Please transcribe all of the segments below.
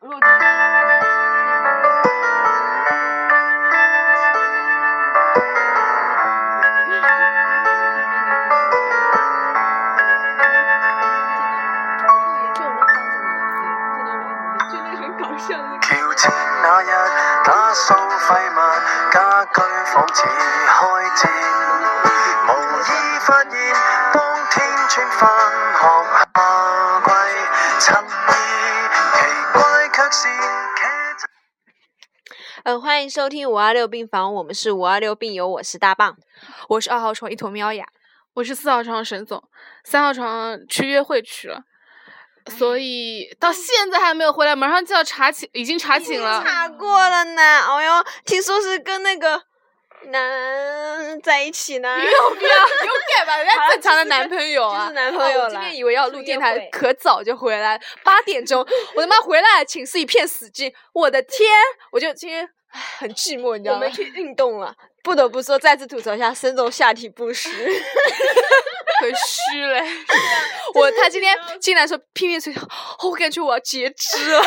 如果叫情那日，打掃廢物，家居仿似開戰。無意發現，當天穿返學夏季襯衣，奇怪卻是茄汁。嗯，欢迎收听五二六病房，我们是五二六病友，我是大棒。我是二号床一坨喵呀，我是四号床沈总，三号床去约会去了，所以到现在还没有回来，马上就要查寝，已经查寝了。查过了呢，哎呦，听说是跟那个男在一起呢，有必要啊有点吧，人家正常的男朋友就啊是。男朋友哎我今了。天以为要录电台约会，可早就回来，八点钟， 我他妈回来寝室一片死寂，我的天，我就今天唉很寂寞，你知道我吗们？去运动了，不得不说，再次吐槽一下沈总下体 不实。可虚嘞，啊我他今天进来说拼命催，哦我感觉我要截肢了。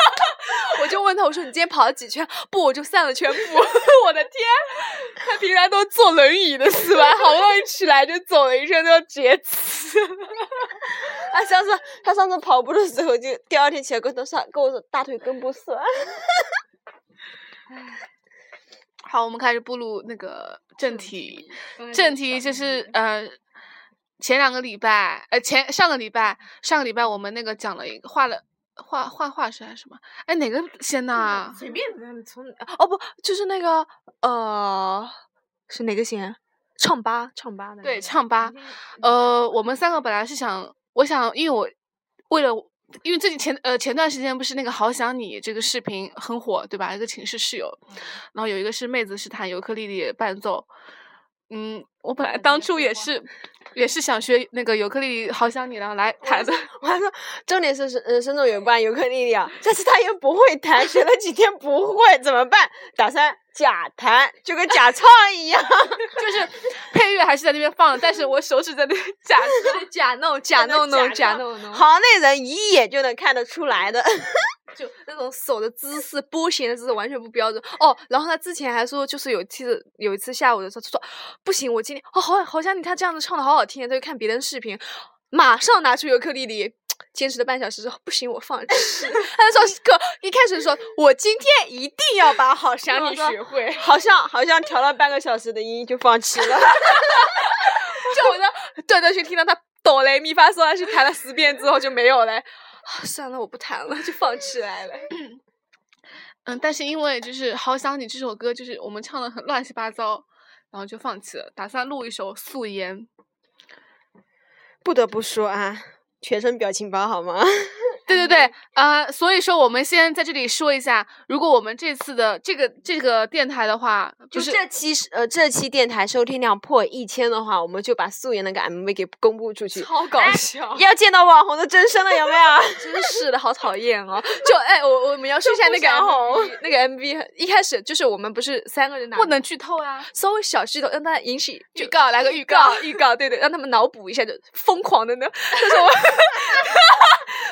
我就问他，我说你今天跑了几圈？不， 我就散了全步。我的天，他平常都坐轮椅的是吧？好不容易起来就走了一圈，就要截肢。他上次他上次跑步的时候，就第二天起来跟我说跟我说大腿根部酸。 好，我们开始步入那个正题。嗯正题就是呃，前两个礼拜，呃，前上个礼拜，上个礼拜我们那个讲了一个画了画画画是还是什么？哎，哪个先的啊？随便从哦不，就是那个呃，是哪个啊弦？唱吧，唱吧的。嗯对，唱吧。呃，我们三个本来是想，我想，因为我为了，因为最近前呃前段时间不是那个《好想你》这个视频很火，对吧？一个寝室室友，嗯然后有一个是妹子是弹尤克里里伴奏。嗯，我本来哦当初也是，也是想学那个尤克里里《好想你》，然后来弹的。 我还说，重点是沈呃沈总有一半尤克里里啊，但是他又不会弹，学了几天不会怎么办？打算假弹，就跟假唱一样。 就是配乐还是在那边放的，但是我手指在那边 夹着 假弄假真的弄弄假假弄弄，行内人一眼就能看得出来的。 就那种手的姿势、拨弦的姿势完全不标准哦。然后他之前还说，就是有一次有一次下午的时候，他说不行，我今天哦好好像你他这样子唱的好好啊听，他就看别人视频，马上拿出尤克里里。坚持了半小时之后，不行，我 放弃。他说：“可一开始说，我今天一定要把《 好 想你》学会。 好像好像调了半个小时的音就放弃了。就我的断断续听到他哆来咪发嗦啦去弹了十遍之后就没有嘞。啊算了，我不弹了， 就放弃来了。嗯，但是因为就是《好想你》这首歌，就是我们唱的很乱七八糟，然后就放弃了，打算录一首《素颜》。不得不说啊，全程表情包好吗？ 对对对，嗯呃，所以说我们先在这里说一下，如果我们这次的这个这个电台的话，就就是这期是呃这期电台收听量破一千的话，我们就把素颜那个 MV 给公布出去。哎超搞笑，要见到网红的真身了，有没有？ 真是的，好讨厌哦！就哎，我我们要说一下那个就不想红 MV，那个 MV 一开始就是我们不是三个人拿，不能剧透啊。稍微小剧透，让大家引起预就告来个预告，预告对对，让他们脑补一下，就疯狂的 呢，就是我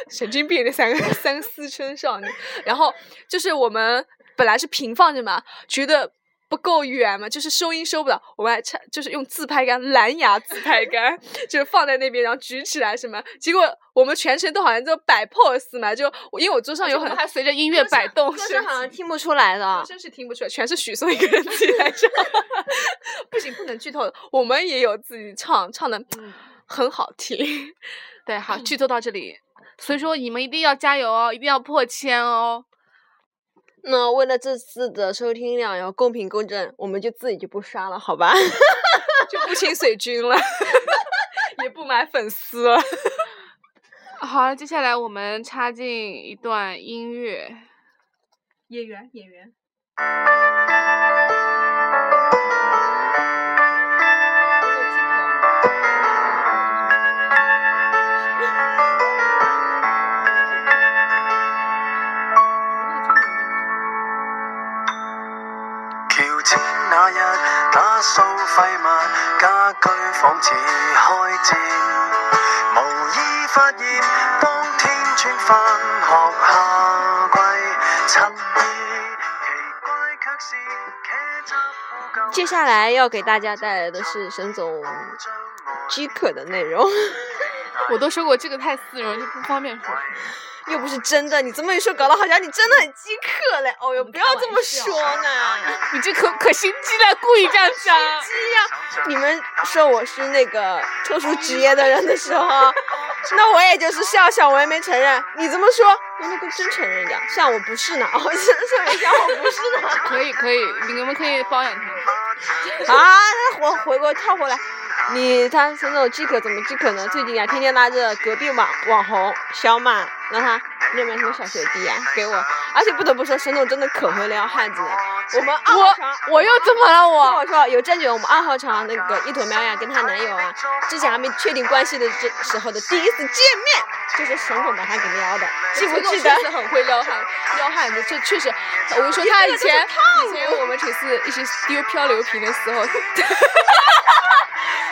神经病那三个 三个四川少女，然后就是我们本来是平放着嘛，觉得。不够远嘛，就是收音收不了，我们还插就是用自拍杆，蓝牙自拍杆，就是放在那边，然后举起来什么。结果我们全程都好像就摆 pose 嘛，就我因为我桌上有有很很还随着音乐摆动，歌身声好像体听不出来的歌。声是听不出来，全是许嵩一个人自己来唱。 不行，不能剧透，我们也有自己唱，唱的很好听。对，好，剧透到这里。所以说你们一定要加油哦，一定要破千哦。那为了这次的收听量要公平公正，我们就自己就不刷了，好吧？ 就不请水军了， 也不买粉丝了。好，接下来我们插进一段音乐。演员，演员， 橋前那日打掃廢物，家居仿似開戰。無意發現，當天穿返學夏季接下来要给大家带来的是沈总饥渴的内容，我都说过这个太私人，就不方便说。又不是真的。你这么一说，搞得好像你真的很饥渴嘞。哦哟，不要这么说 呢。你这可可心机了，故意这样讲。你们说我是那个特殊职业的人的时候， 那我也就是笑笑，我也没承认。你这么说，我那个真承认一点，像我不是呢， 我真说一下我不是呢。可以可以，你们可以包养 他。啊，那我回过跳回来，你他是那种饥渴，怎么饥渴呢？最近呀、天天拉着隔壁网网红小满，让他那边什么小学弟呀、给我，而且不得不说，沈总真的可会撩汉子了。我们二号床我又怎么了跟我？我说有证据，我们二号床那个一坨喵呀，跟她男友啊，之前还没确定关系的这时候的第一次见面，就是沈总把她给撩的，记不记得？真的很会撩汉撩汉子，这 确实，我跟你说，他以前以前我们寝室一起丢漂流瓶的 时候，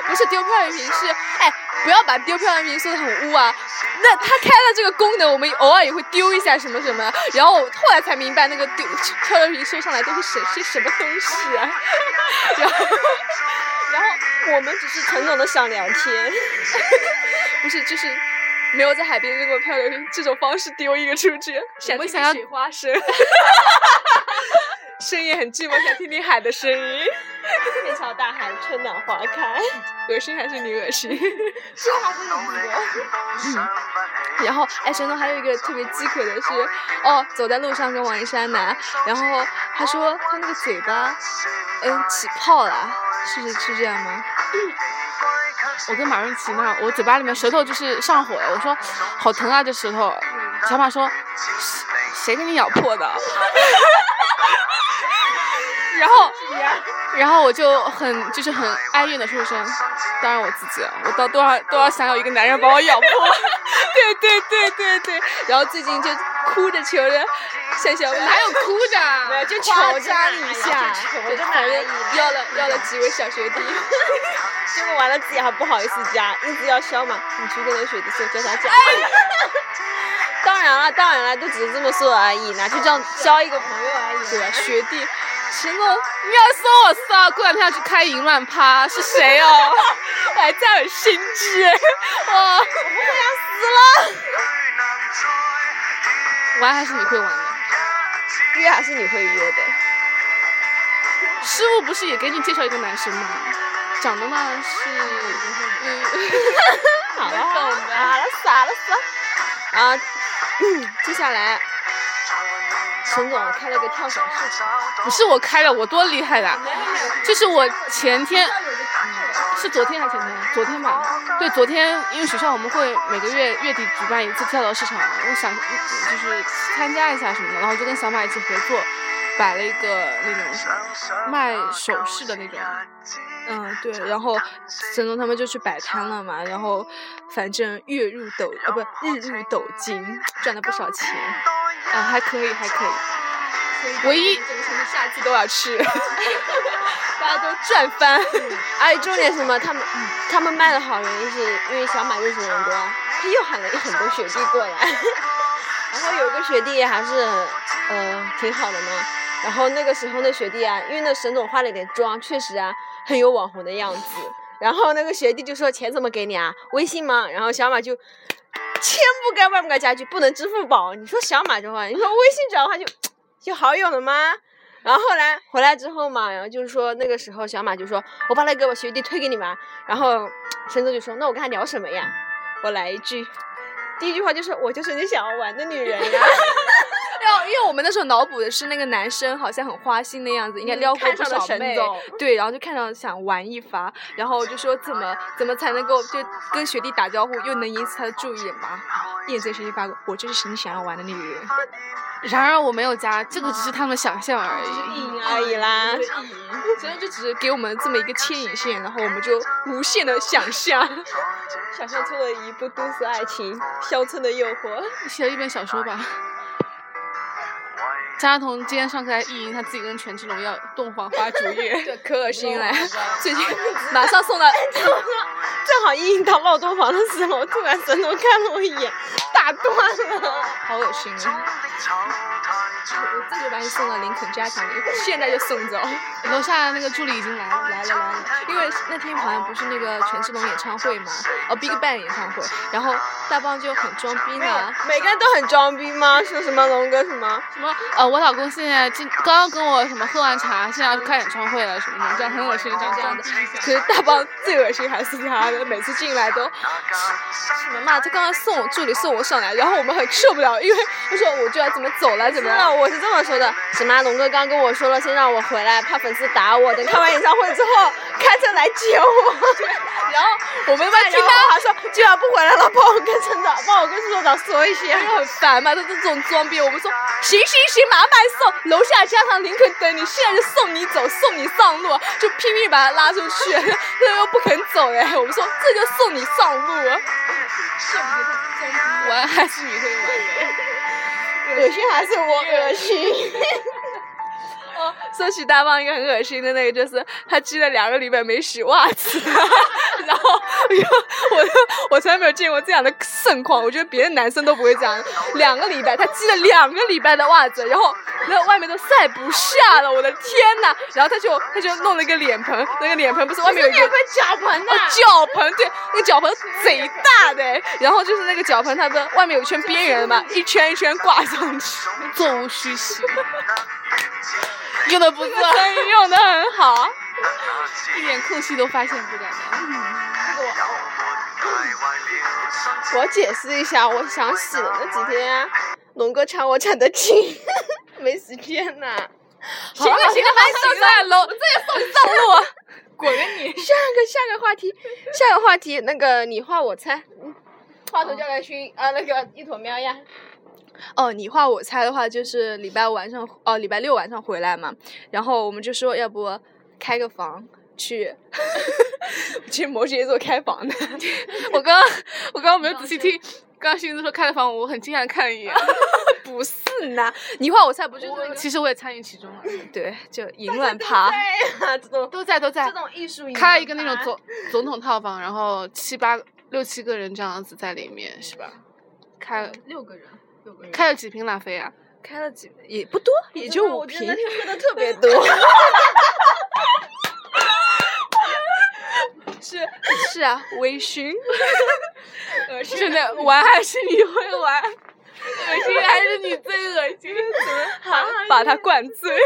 不是丢漂流瓶是，哎，不要把丢漂流瓶说的很污啊。那他开了这个功能，我们偶尔也会丢一下什么什么，然后我后来才明白那个丢漂流瓶收上来都是什是什么东西啊，然后。然后我们只是陈总的想聊天， 不是，就是没有在海边扔过漂流瓶，这种方式丢一个出去。我 们想要雪花 声，深夜很寂寞，想听听海的声音。面朝大海，春暖花 开。恶心还是你恶心？ 然后，哎，沈总还有一个特别饥渴的是，哦，走在路上跟王一山拿，然后他说他那个嘴巴，嗯，起泡了，是是这样吗？我跟马瑞奇那儿，我嘴巴里面舌头就是上火了，我说好疼啊，这舌头。小马说，谁给你咬破的？然后，然后我就很就是很哀怨的说一声，当然我自己，我到多少多少想有一个男人把我咬破。对对对对 对，然后最近就哭着求着向 小哪有哭的，没有就夸求着张嘛一下，就求就着反而正已要了要了几位小学弟。结果完了自己还不好意思加，一直要消嘛。你去跟那水的时候叫他加。当然了，当然了，都只是这么说而已，哪去这样交一个朋友而已。对吧？学 弟，沈总，你要说我骚，过两天要去开淫乱趴，是谁哦？还在有心机， 哇！我不想死了。玩还是你会玩的，约还是你会约的。师傅不是也给你介绍一个男生吗？长得嘛是，嗯，好了好了好了，傻了傻。啊，嗯，接下来沈总开了个跳伞视频，不是我开的，我多厉害的，就是我前天。嗯是昨天还是前天？昨天吧。嗯对，昨天因为学校我们会每个月月底举办一次跳蚤市场，我想嗯就是参加一下什么的，然后就跟小马一起合作，摆了一个那种什么卖首饰的那种。嗯，对，然后沈总他们就去摆摊了嘛，然后反正月入斗呃不日入斗金，赚了不少钱。哦啊，还可以，还可以。唯一下次都 要去，大家都赚翻。而且重点是什么？他们、他们卖的好，原因是因为小马认识的人多，他又喊了很多学弟过来，然后有一个学弟还是呃挺好的嘛。然后那个时候那学弟啊，因为那沈总化了点妆，确实啊很有网红的样子。然后那个学弟就说钱怎么给你啊？微信吗？然后小马就千不该万不该加一句不能支付宝。你说小马这话，你说微信转换就就好友了吗？然后后来回来之后嘛，然后就是说那个时候小马就说，我把那个我学弟推给你们啊，然后沈总就说，那我跟他聊什么呀？我来一句，第一句话就是我就是你想要玩的女人呀， 然啊后因为我们那时候脑补的是那个男生好像很花心的样子，应该嗯撩过看不上了少沈妹总，对，然后就看上想玩一发， 然后就说怎么怎么才能够就跟学弟打招呼，又能引起他的注意嘛？眼见学弟发过，我就是你想要玩的女人。然而我没有加，这个只是他们想象而已。嗯而哎已啦。真的就只是给我们这么一个牵引线，然后我们就无限的想象。想象出了一部都市爱情，《乡村的诱惑》。写了一本小说吧。张亚彤今天上课还意淫他自己跟《权志龙》要洞房花烛夜，这可恶心啊了， 最近马上送到正好一引到闹洞房的时候，突然沈总看了我一眼，大打断了。好恶心啊！我这就把你送到林肯加强里，现在就送走。楼下那个助理已经来了。来了来了，因为那天好像不是那个权志龙演唱会嘛，哦 BigBang 演唱会，然后大棒就很装逼呢，每个人都很装逼吗？说什么龙哥什么？什么呃，我老公现在今刚刚跟我什么喝完茶，现在要去开演唱会了什么的，这样很恶心，这样这这样样的的。。可是大棒最恶心还是他的，每次进来都什么嘛，他刚刚送我助理送我上来，然后我们很受不了，因为他说我就要怎么走了怎么真的，了。我是这么说的。什么？啊龙哥刚跟我说了，先让我回来，怕粉丝打我。等看完演唱会之后，开车来接我。然后我们班听然后他我还说，居然不回来了，帮我跟陈导，帮我跟处长说一些。哎就很烦嘛，他这种装逼，我们说行行行，马上把你送，楼下加上林肯等你，现在就送你走，送你上路，就拼命把他拉出去， 他又不肯走哎，我们说这就送你上路，啊玩还是你会玩的。恶心还是我恶 心？哦，说起大棒一个很恶心的那个，就是他积了两个礼拜没洗袜子， 然后我我我从来没有见过这样的盛况，我觉得别的男生都不会这样，两个礼拜他积了两个礼拜的袜子，然后那外面都晒不下了，我的天呐，然后他就他就弄了一个脸盆，那个脸盆不是外面有一个。会脚 盆哦，脚盆对，那个脚盆贼大的哎，然后就是那个脚盆，它的外面有一圈边缘嘛，一圈一圈挂上 去，座无虚席， 用的不错，所以用的很好。一点空隙都发现不了的。我解释一下，我想洗的那几天、啊龙哥缠我缠得紧， 没时间呐、行了行了，把你送上楼，这也送你上路。滚你！下个下个话题，下个话题，那个你画我猜，嗯话筒交给勋啊，那个一坨喵呀。哦，你画我猜的话，就是礼拜五晚上哦，礼拜六晚上回来嘛，然后我们就说要不开个房去 去摩羯座开房的。我刚刚我刚刚没有仔细听，刚刚星子说开了房，我很惊讶地看了一眼。不是呢，你画我猜不就是那个其实我也参与其中了，对，就淫乱趴。对哎呀，这种都在都在这。种艺术啊营开了一个那种吧 总总统套房，然后七八六七个人这样子在里面是吧？开了六个人，六个人开开了几瓶拉菲啊？开了几也不多，也就五我真瓶的我。真的喝的特别 多。是是啊，微醺。真的玩还是你会玩，恶心还是你最恶心。把把他灌醉。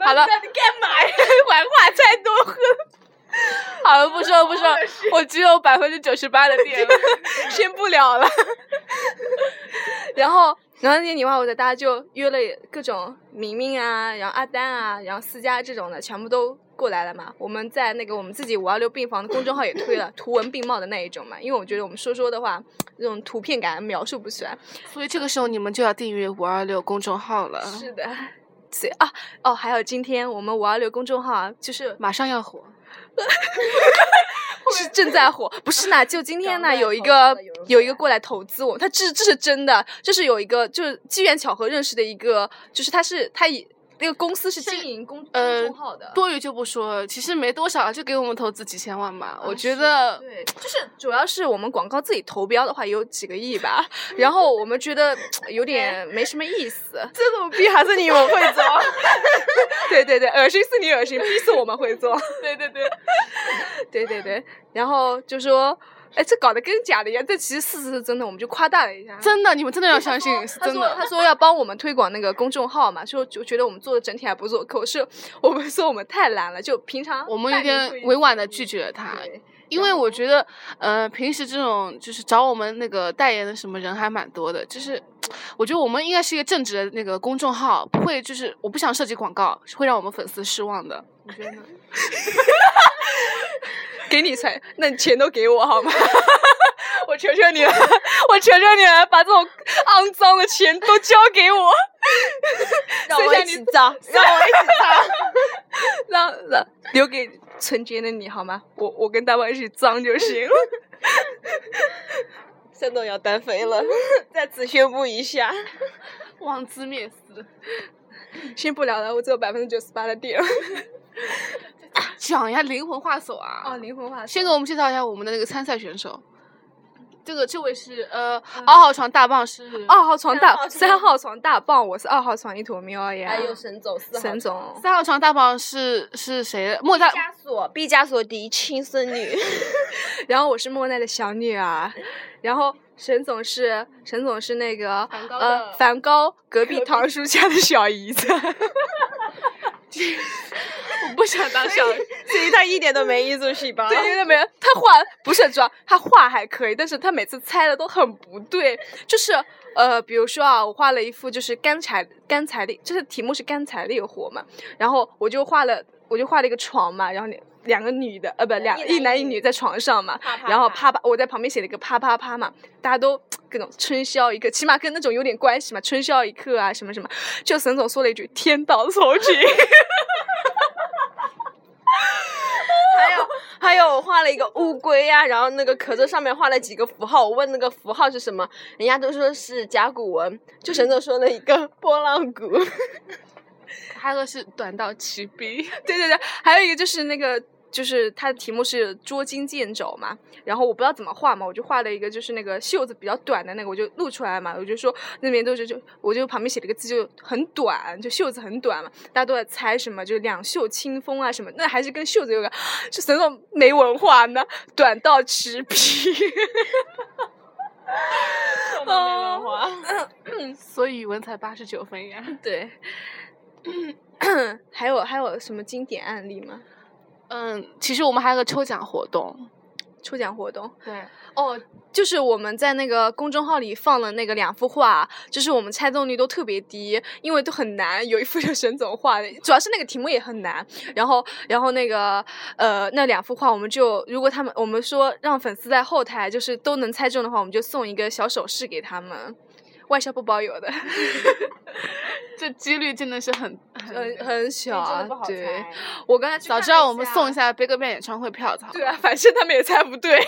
好了，你干嘛 呀？玩话太多喝。好了，不说不说，我只有百分之九十八的电了。先不聊了。然后，然后那天你画我的，大家就约了各种明明啊，然后阿丹啊，然后思佳这种的，全部都过来了嘛。我们在那个我们自己五二六病房的公众号也推了图文并茂的那一种嘛，因为我觉得我们说说的话，这种图片感描述不出来。所以这个时候你们就要订阅五二六公众号了，是的。所以啊哦，还有今天我们五二六公众号啊，就是马上要火。是正在火，不是呢？就今天呢，涨有了一投资了个有人有一个过来投资我，他这这是真的，这是有一个就是机缘巧合认识的一个，就是他是他以那个公司是经营公呃公众号的，多余就不说，了，其实没多少，就给我们投资几千万吧。我啊觉是得对，就是主要是我们广告自己投标的话有几个亿吧，然后我们觉 得有点没什么意思，这种逼还是你们会做？ 对对对，恶心是你恶心，逼死我们会做。 对对对，对对对。然后就说，哎，这搞得跟假的一样，但其实事实是真的，我们就夸大了一下。 真的，你们真的要相信，是他真说的。他说要帮我们推广那个公众号嘛，说就觉得我们做的整体还不错，可是我们说我们太懒了，就平常我们有点委婉的拒绝了他，对因为我觉得，呃，平时这种就是找我们那个代言的什么人还蛮多的，就是我觉得我们应该是一个正直的那个公众号，不会就是我不想设计广告，会让我们粉丝失望的。你觉得呢？给你才，那你钱都给我好吗？ 我求求你了，我求求你了，把这种肮脏的钱都交给我。让我一起造，让 让我一起造。让让留给纯洁的你好吗？我我跟大宝一起脏就行了。 山东要单飞了， 在此宣布一下。哎妄自灭私，先不聊了，我只有百分之九十八的点。讲一下灵魂画手啊！啊灵魂画哦哦先给我们介绍一下我们的那个参赛选手。这个这位是呃二号床大棒是哦二号床三号大床哎三号床大棒，我是二号床一坨喵呀。还有沈总四号沈总，三号床大棒是是谁的？莫扎毕加索，毕加索的亲 孙女，然后我是莫奈的小女儿，然后沈总是沈总是那个梵高呃的梵高隔壁堂叔家的小姨子，我不想当小所 以她一点都没艺术细胞对，因为没有他画不是很装，他画还可以，但是他每次猜的都很不对，就是呃，比如说啊，我画了一幅就是干柴干柴烈，就是题目是干柴烈火嘛，然后我就画了我就画了一个床嘛，然后两两个女的呃不两一一男男一一女女在床上嘛，啪啪然后啪啪啪，我在旁边写了一个啪啪啪嘛，大家都各种春宵一刻，起码跟那种有点关系嘛，春宵一刻啊什么什么，就沈总说了一句天道酬勤，还有还有，我画了一个乌龟呀、然后那个壳子上面画了几个符号，我问那个符号是什么，人家都说是甲骨文，就沈总说了一个波浪 鼓，还有个是短道奇兵，对对对，还有一个就是那个。就是它的题目是捉襟见肘嘛，然后我不知道怎么画嘛，我就画了一个就是那个袖子比较短的那个，我就露出来嘛，我就说那边都是就我就旁边写了一个字就很短，就袖子很短嘛，大家都在猜什么，就两袖清风啊什么，那还是跟袖子有关，是沈总没文化呢，短到持平。没文化。 所以语文才八十九分呀。 对， 还有还有什么经典案例吗？嗯，其实我们还有个抽奖活动，抽奖活动对，哦，就是我们在那个公众号里放了那个两幅画，就是我们猜中率都特别低，因为都很难。有一幅是沈总画的，主要是那个题目也很难。然后，然后那个呃，那两幅画我们就如果他们我们说让粉丝在后台就是都能猜中的话，我们就送一个小首饰给他们，外销不包邮的， 这几率真的是很很很小啊。对，我刚才去早看知了道我们送一下 BigBang 演唱会票，操！对啊，反正他们也猜不对。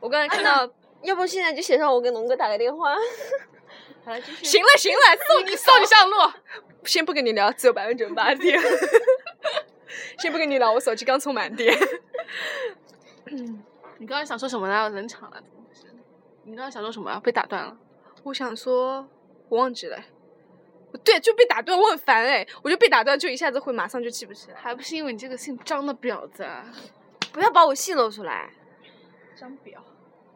我刚才看到，要不现在就写上我给龙哥打个电话。好了，继续。行了行了，送你送你上路，先不跟你聊，只有百分之八点。 先不跟你聊，我手机刚充满电。 你刚刚想说什么呢？冷场了，怎么回事？你刚刚想说什么啊？被打断了。我想说，我忘记了。对，就被打断，我很烦哎、我就被打断，就一下子会马上就记不起来。还不是因为你这个姓张的婊子、啊，不要把我戏露出来。张表，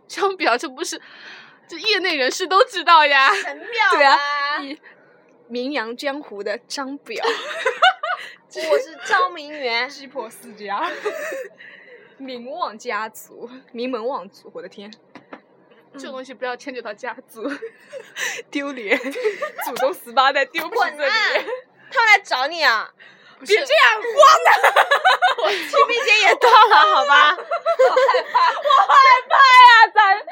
张婊这不是，这业内人士都知道呀。很妙对啊啊，一名扬江湖的张表，我是张明 媛。鸡婆世家， 名望家族，名门望族，我的天，这种东西不要牵扯到家族。丢脸， 祖宗十八代丢皮滚这啊脸。！他们来找你啊！别这样，清明节也到了，好 吧？张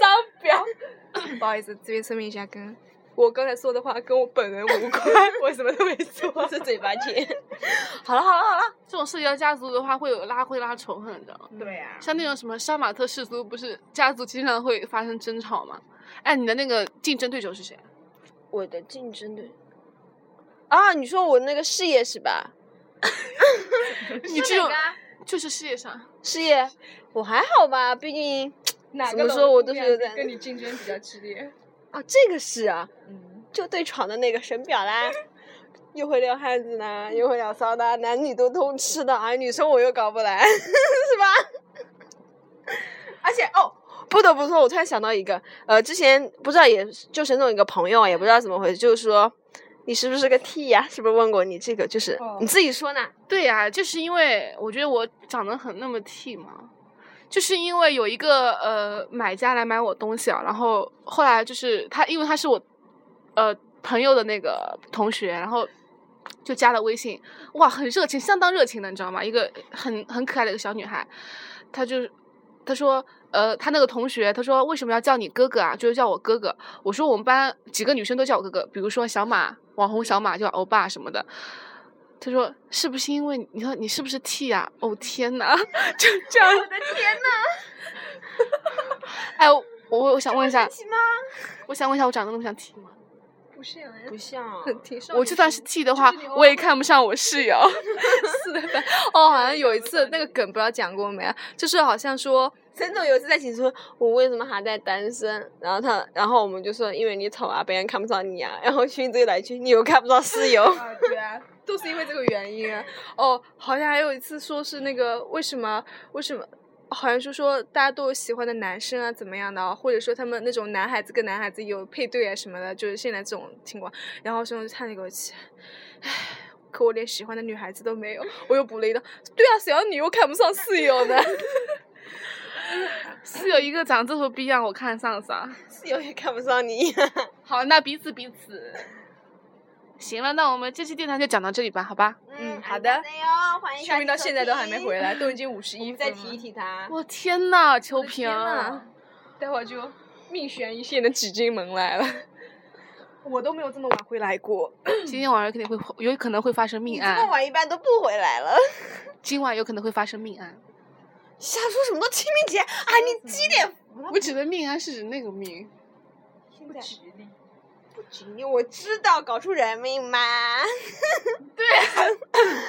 张表。 不好意思，这边声明一下，跟我刚才说的话跟我本人无关，我什么都没说。这 嘴巴贱。好了好了好了。这种涉及到家族的话，会有拉会拉仇恨，你知道吗？对呀、像那种什么杀马特氏族，不是家族经常会发生争吵吗？哎，你的那个竞争对手是谁？啊我的竞争对手啊，你说我那个事业是吧？你这种就是事业上，事业，我还好吧，毕竟怎么说我都是有点你竞争比较激烈。啊，这个是啊，嗯，就对床的那个神表啦，又会撩汉子呢，又会聊骚的，男女都通吃的，啊，女生我又搞不来， 是吧？而且哦。不得不说，我突然想到一个，呃，之前不知道也就沈总一个朋友啊，也不知道怎么回事，就是说你是不是个 T 呀、是不是问过你这个？就是、哦你自己说呢？对呀、就是因为我觉得我长得很那么 T 嘛，就是因为有一个呃买家来买我东西啊，然后后来就是他，因为他是我呃朋友的那个同学，然后就加了微信，哇，很热情，相当热情的，你知道吗？一个很很可爱的一个小女孩，她就是她说。呃，她那个同学，她说为什么要叫你哥哥啊？就是叫我哥哥。我说我们班几个女生都叫我哥哥，比如说小马、网红小马叫欧巴什么的。他说：“是不是因为你你说你是不是 T 呀、哦天哪，就这样！我的天哪！哎，我我想问一下，奇吗？我想问一下，我长得那么像 T 吗？不是啊，不 像，挺少我女就算心是 T 的话就是你，我也看不上我室友。是的吧，哦，好像有一次那个梗不知道讲过没啊，就是好像说，陈总有一次在寝室说，我为什么还在单身？然后他，然后我们就说，因为你丑啊，别人看不上你啊。 然后群里来一句，你又看不上室友。啊，对啊，都是因为这个原因啊。哦，好像还有一次说是那个为什么为什么，好像是说大家都有喜欢的男生啊，怎么样的、啊，或者说他们那种男孩子跟男孩子有配对啊什么的，就是现在这种情况。然后孙总就叹了一口气，唉。可我连喜欢的女孩子都没有，我又补了一道，对啊，谁让你又看不上室友 呢？室友一个长这副逼样，我看上啥？ 室友也看不上 你。好，那彼此彼此。行了，那我们这期电台就讲到这里吧，好吧？嗯好的哎呦欢迎大说家明到现在都还没回来，都已经五十收一听，我分们了。再提一提他。我天呐，我秋的萍天，呐待会儿就命悬一线的挤进门来了。我都没有这么晚回来过。今天晚上肯定会有可能会发生你命这么案，晚一般都不回来了，今晚有可能会发生命案。 瞎说什么？都清明节啊， 你几点？我指的命案是指那个命。不吉利，不吉利！我知道搞出人命 嘛，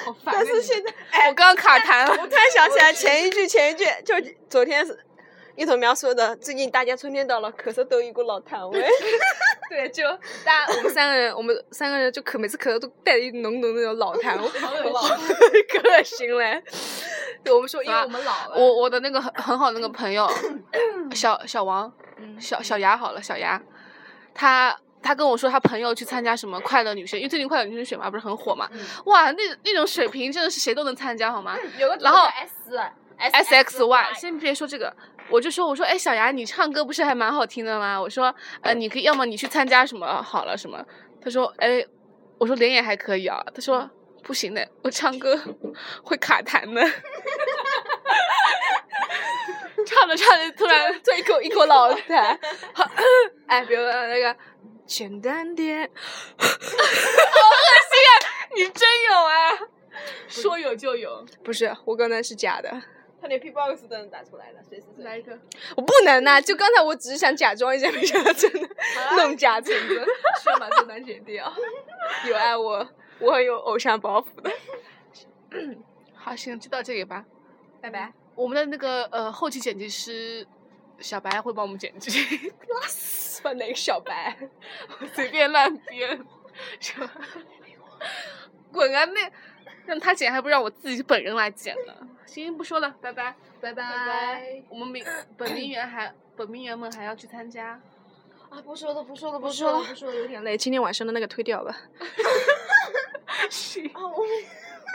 好烦啊但是你现在，哎，我刚刚卡痰我了。突然想起来前一句，前一句就是昨天是一头苗说的，最近大家春天到了，咳嗽都有一股老痰味。对，就大家我们三个人，我们三个人就咳，每次咳嗽都带着一浓浓的那种老痰，我可 恶心嘞。对，我们说，因为我们老了，我我的那个很很好的那个朋 友，小小王，嗯小小牙好了，小牙，他他跟我说他朋友去参加什么快乐女生，因为最近快乐女生选拔不是很火嗯嘛，哇，那那种水平真的是谁都能参加好吗？有个然后 S S X Y，先别说这个，我就说我说哎小牙你唱歌不是还蛮好听的吗？我说呃你可以要么你去参加什么好了什么，他说哎，我说脸也还可以啊，他说不行的，我唱歌 会卡痰的。 唱着唱着，突 然这一口一口老痰。好，哎，比如说那个简单 点，你真有啊！说有就有，不是，我刚才是假的， 他连 P box 都能打出来了，随时随来一个。我不能呐、就刚才我只是想假装一下，没想到真的弄假成真，啊需要把这段剪掉。 有爱我，我很有偶像包袱的。好，行，就到这里吧。拜拜。我们的那个呃后期剪辑师小白会帮我们剪辑， 算哪个小白？我随便乱编，是吧？滚啊！那让他剪，还不让我自己本人来剪呢。行，不说了，拜拜，拜拜。拜我们明本名媛还本名媛们还要去参加。啊，不说了，不说了，不不说了，不说了，有点累。今天晚上的那个推掉吧。啊，我们